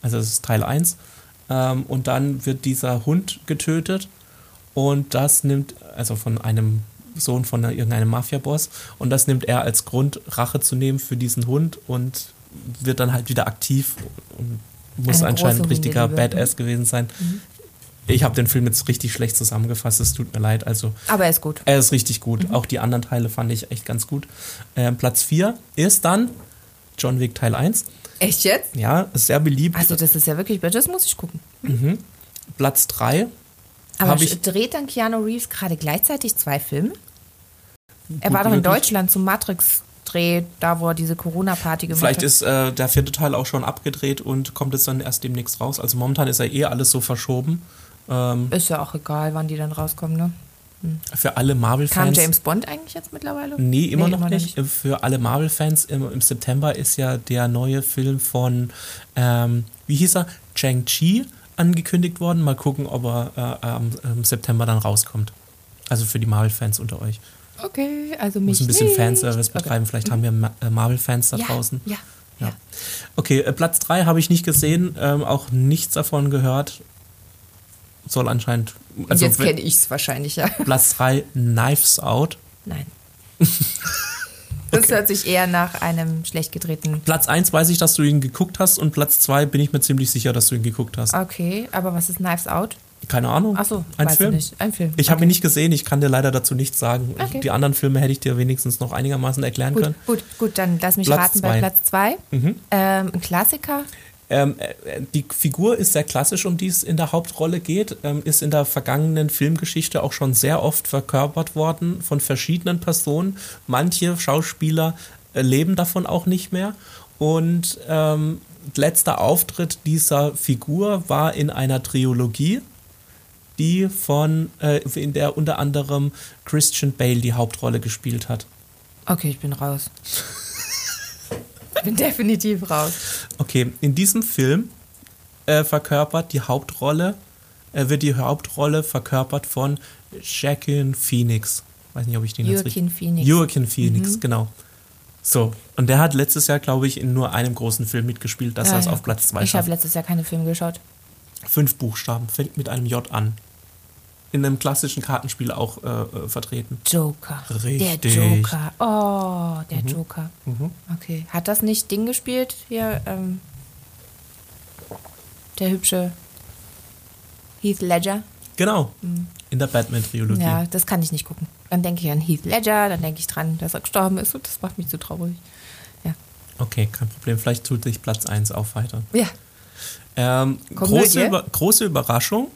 Speaker 1: also das ist Teil 1. Ähm, und dann wird dieser Hund getötet und das nimmt, also von einem Sohn von einer- irgendeinem Mafia-Boss, und das nimmt er als Grund, Rache zu nehmen für diesen Hund und wird dann halt wieder aktiv und muss
Speaker 2: Eine
Speaker 1: anscheinend ein
Speaker 2: große
Speaker 1: richtiger
Speaker 2: Hundeliebe.
Speaker 1: Badass gewesen sein.
Speaker 2: Mhm.
Speaker 1: Ich habe den Film jetzt richtig schlecht zusammengefasst, es tut mir leid. Also,
Speaker 2: Aber er ist gut.
Speaker 1: er ist richtig
Speaker 2: Mhm.
Speaker 1: gut. Auch die anderen Teile fand ich echt ganz gut. Ähm, Platz 4 ist dann John Wick Teil 1.
Speaker 2: Echt jetzt?
Speaker 1: Ja, ist sehr beliebt.
Speaker 2: Also das ist ja wirklich, das muss ich gucken.
Speaker 1: Platz 3
Speaker 2: Aber
Speaker 1: Hab ich-
Speaker 2: dreht dann Keanu Reeves gerade gleichzeitig zwei Filme? Er war doch in
Speaker 1: möglich.
Speaker 2: Deutschland zum Matrix-Dreh, da wo er diese Corona-Party gemacht
Speaker 1: Vielleicht
Speaker 2: hat.
Speaker 1: ist äh, der vierte Teil auch schon abgedreht und kommt es dann erst demnächst raus. Also momentan ist ja eh alles so verschoben. Ähm,
Speaker 2: ist ja auch egal, wann die dann rauskommen, ne?
Speaker 1: für alle
Speaker 2: Kam
Speaker 1: Marvel-Fans.
Speaker 2: James Bond eigentlich jetzt mittlerweile?
Speaker 1: Nee, immer noch nicht. Für alle Marvel-Fans im, im September ist ja der neue Film von, ähm, wie hieß er? Chang-Chi angekündigt worden. Mal gucken, ob er äh, am, im September dann rauskommt. Also für die Marvel-Fans unter euch.
Speaker 2: Okay, also mich
Speaker 1: Muss ein bisschen
Speaker 2: nicht.
Speaker 1: Fanservice betreiben. Vielleicht haben wir Ma äh, Marvel-Fans da
Speaker 2: ja,
Speaker 1: draußen.
Speaker 2: Ja,
Speaker 1: Ja.
Speaker 2: ja.
Speaker 1: Okay, äh, Platz 3 habe ich nicht gesehen, ähm, auch nichts davon gehört. Soll anscheinend. Also
Speaker 2: Jetzt
Speaker 1: wenn-
Speaker 2: kenne ich es wahrscheinlich, ja.
Speaker 1: Platz 3, Knives Out.
Speaker 2: Nein. Das hört sich eher nach einem schlecht gedrehten.
Speaker 1: Platz 1 weiß ich, dass du ihn geguckt hast und Platz 2 bin ich mir ziemlich sicher, dass du ihn geguckt hast.
Speaker 2: Okay, aber was ist Knives Out?
Speaker 1: Keine Ahnung.
Speaker 2: Achso,
Speaker 1: ein
Speaker 2: Ah. weiß
Speaker 1: Film.
Speaker 2: ich nicht. Ein Film.
Speaker 1: Ich habe ihn nicht gesehen, ich kann dir leider dazu nichts sagen. Ich-
Speaker 2: Okay.
Speaker 1: Die anderen Filme hätte ich dir wenigstens noch einigermaßen erklären
Speaker 2: Gut,
Speaker 1: können.
Speaker 2: gut, gut, dann lass mich
Speaker 1: Platz
Speaker 2: raten
Speaker 1: zwei. Mhm.
Speaker 2: bei Platz 2. Ähm, ein Klassiker.
Speaker 1: Ähm, äh, die Figur ist sehr klassisch, um die es in der Hauptrolle geht, ähm, ist in der vergangenen Filmgeschichte auch schon sehr oft verkörpert worden von verschiedenen Personen. Manche Schauspieler äh, leben davon auch nicht mehr. Und ähm, letzter Auftritt dieser Figur war in einer Trilogie, die von, äh, in der unter anderem Christian Bale die Hauptrolle gespielt hat.
Speaker 2: Okay, ich bin raus. bin definitiv raus.
Speaker 1: Okay, in diesem Film äh, verkörpert die Hauptrolle äh, wird die Hauptrolle verkörpert von Jacqueline Phoenix. Weiß nicht, ob ich den jetzt
Speaker 2: Joaquin
Speaker 1: richtig-
Speaker 2: Phoenix. Mhm.
Speaker 1: Joaquin Phoenix, genau. So, und der hat letztes Jahr, glaube ich, in nur einem großen Film mitgespielt, dass er es
Speaker 2: Ah, ja,
Speaker 1: auf
Speaker 2: gut.
Speaker 1: Platz 2
Speaker 2: Ich habe
Speaker 1: schafft.
Speaker 2: letztes Jahr keine Filme geschaut.
Speaker 1: Fünf Buchstaben, fängt mit einem J an. In einem klassischen Kartenspiel auch äh, äh, vertreten.
Speaker 2: Joker. Der
Speaker 1: Richtig. Mhm.
Speaker 2: Joker. Oh, der Joker. Okay. Hat das nicht Ding gespielt? Hier, ähm, der hübsche Heath Ledger.
Speaker 1: Genau, in der Batman-Trilogie.
Speaker 2: Mhm. Ja, das kann ich nicht gucken. Dann denke ich an Heath Ledger, dann denke ich dran, dass er gestorben ist und das macht mich zu traurig. Ja.
Speaker 1: Okay, kein Problem. Vielleicht tut sich Platz 1 auf weiter.
Speaker 2: Ja.
Speaker 1: Ähm,
Speaker 2: Komödie?
Speaker 1: große, Über große Überraschung.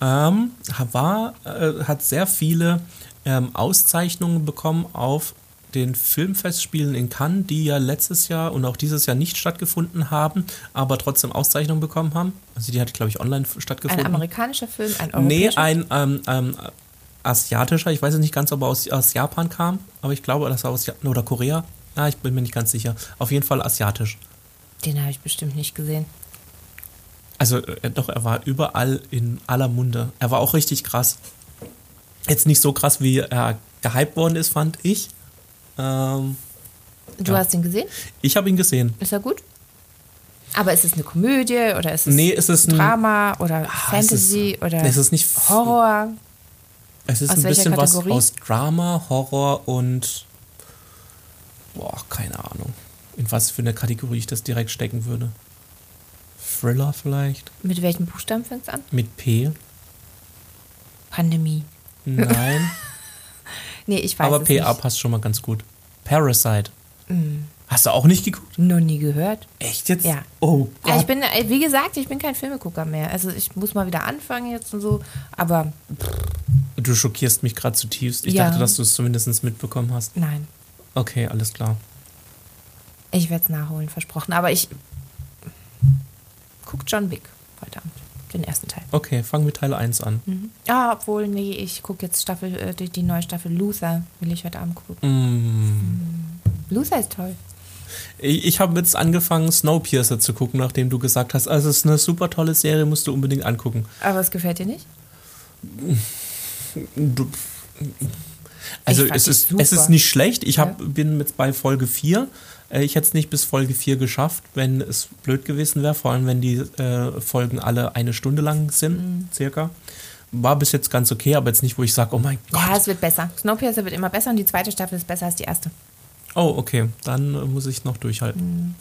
Speaker 1: Ähm, war, äh, hat sehr viele ähm, Auszeichnungen bekommen auf den Filmfestspielen in Cannes, die ja letztes Jahr und auch dieses Jahr nicht stattgefunden haben, aber trotzdem Auszeichnungen bekommen haben. Also die hat, glaube ich, online f-
Speaker 2: Ein
Speaker 1: stattgefunden.
Speaker 2: amerikanischer Film, ein
Speaker 1: nee,
Speaker 2: europäischer.
Speaker 1: ein ähm, ähm, asiatischer. Ich weiß jetzt nicht ganz, ob er aus, aus Japan kam, aber ich glaube, dass er aus Japan oder Korea. Na, ich bin mir nicht ganz sicher. Auf jeden Fall asiatisch.
Speaker 2: Den habe ich bestimmt nicht gesehen.
Speaker 1: Also äh, doch, er war überall in aller Munde. Er war auch richtig krass. Jetzt nicht so krass, wie er gehypt worden ist, fand ich. Ähm,
Speaker 2: Du
Speaker 1: Ja.
Speaker 2: hast ihn gesehen?
Speaker 1: ich habe ihn gesehen.
Speaker 2: Ist er gut? Aber ist es eine Komödie oder ist es
Speaker 1: Nee, es ist ein-
Speaker 2: Drama oder Fantasy
Speaker 1: es ist,
Speaker 2: oder
Speaker 1: Es ist nicht.
Speaker 2: Horror?
Speaker 1: Es ist
Speaker 2: aus
Speaker 1: ein
Speaker 2: welcher
Speaker 1: bisschen
Speaker 2: Kategorie?
Speaker 1: was aus Drama, Horror und. Boah, keine Ahnung. In was für eine Kategorie ich das direkt stecken würde. Thriller vielleicht?
Speaker 2: Mit welchem Buchstaben fängt es an?
Speaker 1: Mit P?
Speaker 2: Pandemie.
Speaker 1: Nein.
Speaker 2: Nee, ich weiß
Speaker 1: Aber
Speaker 2: es
Speaker 1: PA
Speaker 2: nicht.
Speaker 1: passt schon mal ganz gut. Parasite. Hast du auch nicht geguckt?
Speaker 2: Noch nie gehört.
Speaker 1: Echt jetzt?
Speaker 2: Ja.
Speaker 1: Oh
Speaker 2: Also
Speaker 1: Gott.
Speaker 2: ich bin, äh, wie gesagt, ich bin kein Filmegucker mehr. Also ich muss mal wieder anfangen jetzt und so. Aber
Speaker 1: Du schockierst mich gerade zutiefst. Ich
Speaker 2: Ja.
Speaker 1: dachte, dass du es zumindest mitbekommen hast.
Speaker 2: nein,
Speaker 1: Okay, alles klar.
Speaker 2: ich werde es nachholen, versprochen. Aber ich guck John Wick heute Abend, den ersten Teil.
Speaker 1: Okay, fang mit Teil 1 an.
Speaker 2: Ah, obwohl, nee, ich gucke jetzt Staffel, äh, die, die neue Staffel Luther, will ich heute Abend gucken. Mhm. Luther ist toll.
Speaker 1: Ich, ich habe jetzt angefangen, Snowpiercer zu gucken, nachdem du gesagt hast, also es ist eine super tolle Serie, musst du unbedingt angucken.
Speaker 2: Aber es gefällt dir nicht?
Speaker 1: Du, also
Speaker 2: Ich fand
Speaker 1: es
Speaker 2: die
Speaker 1: ist,
Speaker 2: super.
Speaker 1: es ist nicht schlecht. Ich hab,
Speaker 2: Ja.
Speaker 1: bin jetzt bei Folge 4. Äh, Ich hätte es nicht bis Folge 4 geschafft, wenn es blöd gewesen wäre, vor allem wenn die äh, Folgen alle eine Stunde lang sind,
Speaker 2: Mhm.
Speaker 1: circa. War bis jetzt ganz okay, aber jetzt nicht, wo ich sage, oh mein Gott.
Speaker 2: Ja, es wird besser. Snowpiercer wird immer besser und die zweite Staffel ist besser als die erste.
Speaker 1: Oh, okay, dann äh, muss ich noch durchhalten.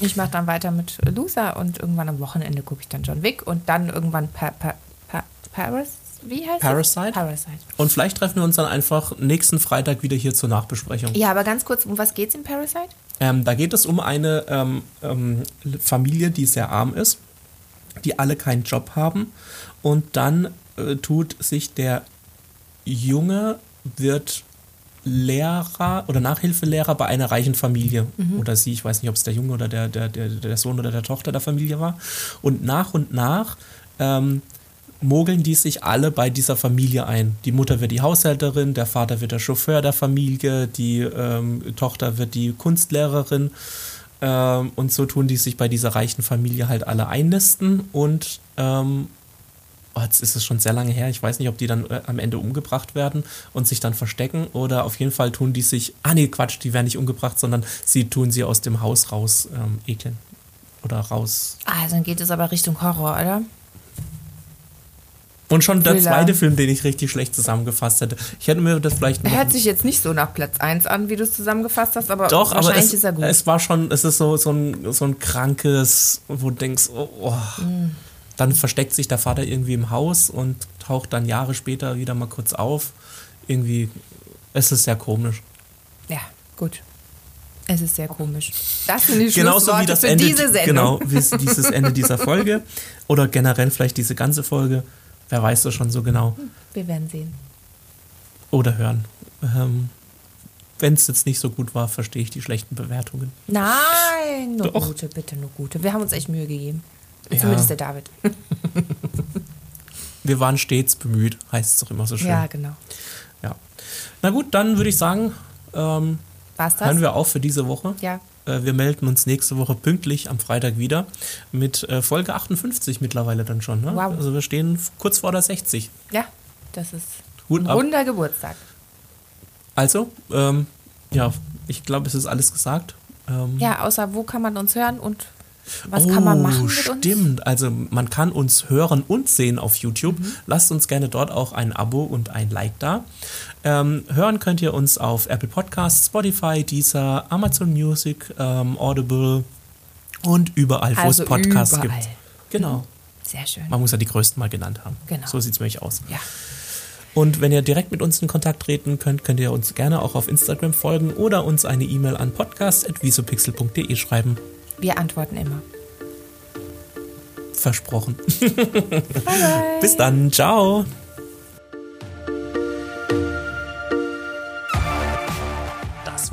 Speaker 2: Ich mache dann weiter mit Luther und irgendwann am Wochenende gucke ich dann John Wick und dann irgendwann pa pa pa Paris. Wie heißt
Speaker 1: Parasite?
Speaker 2: Das? Parasite.
Speaker 1: Und vielleicht treffen wir uns dann einfach nächsten Freitag wieder hier zur Nachbesprechung.
Speaker 2: Ja, aber ganz kurz, um was geht's in Parasite?
Speaker 1: Ähm, da geht es um eine ähm, ähm, Familie, die sehr arm ist, die alle keinen Job haben. Und dann äh, tut sich der Junge, wird Lehrer oder Nachhilfelehrer bei einer reichen Familie. Oder sie, ich weiß nicht, ob es der Junge oder der, der, der, der Sohn oder der Tochter der Familie war. Und nach und nach ähm, mogeln die sich alle bei dieser Familie ein. Die Mutter wird die Haushälterin, der Vater wird der Chauffeur der Familie, die ähm, Tochter wird die Kunstlehrerin. Ähm, und so tun die sich bei dieser reichen Familie halt alle einnisten. Und ähm, oh, jetzt ist es schon sehr lange her. Ich weiß nicht, ob die dann äh, am Ende umgebracht werden und sich dann verstecken. Oder auf jeden Fall tun die sich. Ah, nee, Quatsch, die werden nicht umgebracht, sondern sie tun sie aus dem Haus raus ähm, ekeln. Oder raus.
Speaker 2: Ah, dann geht es aber Richtung Horror, oder?
Speaker 1: Und schon der
Speaker 2: Thriller.
Speaker 1: zweite Film, den ich richtig schlecht zusammengefasst hätte. Ich hätte mir das vielleicht noch.
Speaker 2: Hört sich jetzt nicht so nach Platz 1 an, wie du es zusammengefasst hast, aber
Speaker 1: doch, aber
Speaker 2: wahrscheinlich
Speaker 1: es,
Speaker 2: ist er gut.
Speaker 1: es war schon, es ist so, so, ein, so ein krankes, wo du denkst, oh, oh.
Speaker 2: Mm.
Speaker 1: dann versteckt sich der Vater irgendwie im Haus und taucht dann Jahre später wieder mal kurz auf. Irgendwie, es ist sehr komisch.
Speaker 2: ja, gut. Es ist sehr komisch. Das sind die
Speaker 1: Genauso
Speaker 2: Schlussworte
Speaker 1: wie das
Speaker 2: für
Speaker 1: Ende,
Speaker 2: diese Sendung.
Speaker 1: genau, wie es- dieses Ende dieser Folge oder generell vielleicht diese ganze Folge. Wer weiß das schon so genau?
Speaker 2: Wir werden sehen.
Speaker 1: Oder hören. Ähm, Wenn es jetzt nicht so gut war, verstehe ich die schlechten Bewertungen.
Speaker 2: Nein, nur
Speaker 1: Doch.
Speaker 2: gute, bitte nur gute. Wir haben uns echt Mühe gegeben.
Speaker 1: Ja.
Speaker 2: Zumindest der David.
Speaker 1: Wir waren stets bemüht, heißt es doch immer so schön.
Speaker 2: Ja,
Speaker 1: Ja.
Speaker 2: genau.
Speaker 1: Na gut, dann würde ich sagen, ähm,
Speaker 2: War's das?
Speaker 1: hören wir auf für diese Woche.
Speaker 2: Ja,
Speaker 1: Äh, wir melden uns nächste Woche pünktlich am Freitag wieder mit äh, Folge 58 mittlerweile dann schon. Ne?
Speaker 2: Wow.
Speaker 1: Also wir stehen f- kurz vor der 60.
Speaker 2: Ja, das ist
Speaker 1: Hut
Speaker 2: ein
Speaker 1: ab.
Speaker 2: runder Geburtstag.
Speaker 1: Also, ähm, ja, ich glaube, es ist alles gesagt. Ähm,
Speaker 2: Ja, außer wo kann man uns hören und was kann man machen mit uns?
Speaker 1: Oh, Stimmt, also man kann uns hören und sehen auf YouTube.
Speaker 2: Mhm.
Speaker 1: Lasst uns gerne dort auch ein Abo und ein Like da. Ähm, hören könnt ihr uns auf Apple Podcasts, Spotify, Deezer, Amazon Music, ähm, Audible und überall, wo
Speaker 2: Also
Speaker 1: es Podcasts
Speaker 2: überall.
Speaker 1: gibt. Genau.
Speaker 2: Sehr schön.
Speaker 1: Man muss ja die größten mal genannt haben.
Speaker 2: Genau.
Speaker 1: So sieht es nämlich aus.
Speaker 2: Ja.
Speaker 1: Und wenn ihr direkt mit uns in Kontakt treten könnt, könnt ihr uns gerne auch auf Instagram folgen oder uns eine E-Mail an podcast.visopixel.de schreiben.
Speaker 2: Wir antworten immer.
Speaker 1: Versprochen. Bis dann. Ciao. Das